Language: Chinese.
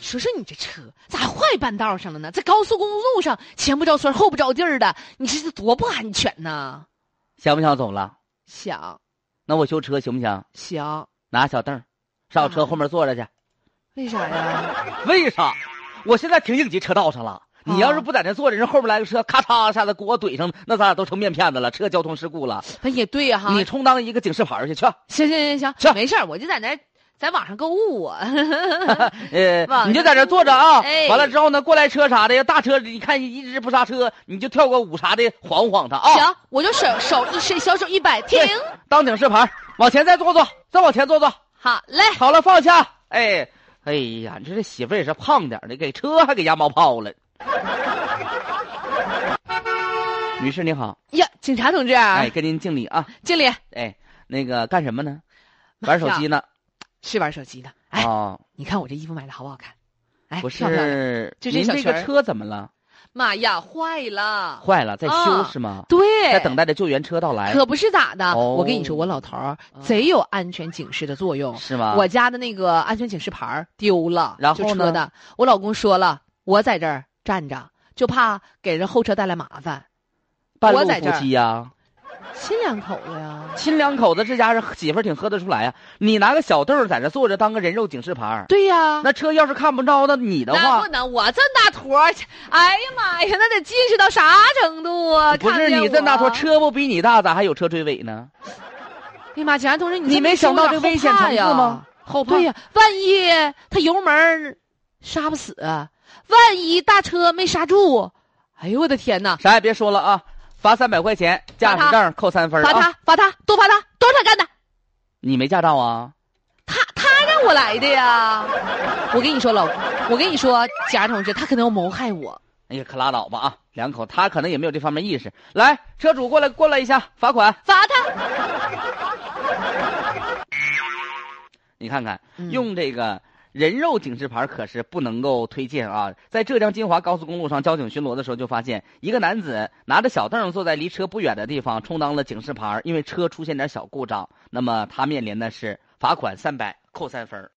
说说你这车咋坏半道上了呢？在高速公路上前不着村后不着地儿的，你这是多不安全呐！想不想走了？想那我修车行不行？想，拿小凳儿上我嗯车后面坐着去。为啥呀？为啥？我现在挺应急车道上了。你要是嗯不在那坐着，人后面来个车，咔嚓一下子给我怼上，那咱俩都成面片子了，车交通事故了。哎也对呀、哈，你充当一个警示牌儿去去。行行行行，是没事儿，我就在那在网上购物啊。呃，往你就在这坐着啊。哎完了之后呢，过来车啥的，大车你看一直不刹车，你就跳个舞啥的晃晃它啊。行，我就手手一伸，小手一摆，停对，当警示牌儿，往前再坐坐，再往前坐坐。好嘞。好了，放下。哎，哎呀，你说这媳妇儿也是胖点儿的，给车还给压冒泡了。女士您好，呀，警察同志，哎，跟您敬礼啊。经理哎，那个干什么呢？玩手机呢？是玩手机的。啊、哎，你看我这衣服买的好不好看？哎，不漂不漂亮是，就这您小这裙个儿车怎么了？妈呀，坏了！坏了，在修啊是吗？对，在等待着救援车到来，可不是咋的，哎哦我跟你说，我老头儿贼有安全警示的作用。是吗？我家的那个安全警示牌儿丢了，啊然后就车呢的，我老公说了，我在这儿站着，就怕给人后车带来麻烦。半我路在夫这儿妻呀、亲两口子呀，亲两口子，这家人媳妇儿挺喝得出来呀、啊你拿个小凳儿在这坐着，当个人肉警示牌儿。对呀，那车要是看不着那你的啊那话不，能，我这么大坨儿，哎呀妈呀，那得近视到啥程度啊？不是看见你这么大坨我，车不比你大，咋还有车追尾呢？哎呀妈，警察同志，你这么没一想说到我这有点危后险怕程呀度吗？后怕对呀，万一他油门儿刹不死，万一大车没刹住，哎呦我的天哪！啥也别说了啊，罚三百块钱，驾驶证儿扣三分儿罚啊。他，罚他，多罚他，都是他干的，你没驾照啊？他他让我来的呀！我跟你说，老，我跟你说，警察同志，他可能要谋害我。哎呀，可拉倒吧啊！两口他可能也没有这方面意识。来，车主过来，过来一下，罚款。罚他，你看看，嗯用这个人肉警示牌可是不能够推荐啊。在浙江金华高速公路上交警巡逻的时候，就发现一个男子拿着小凳坐在离车不远的地方，充当了警示牌，因为车出现点小故障，那么他面临的是罚款三百，扣三分儿。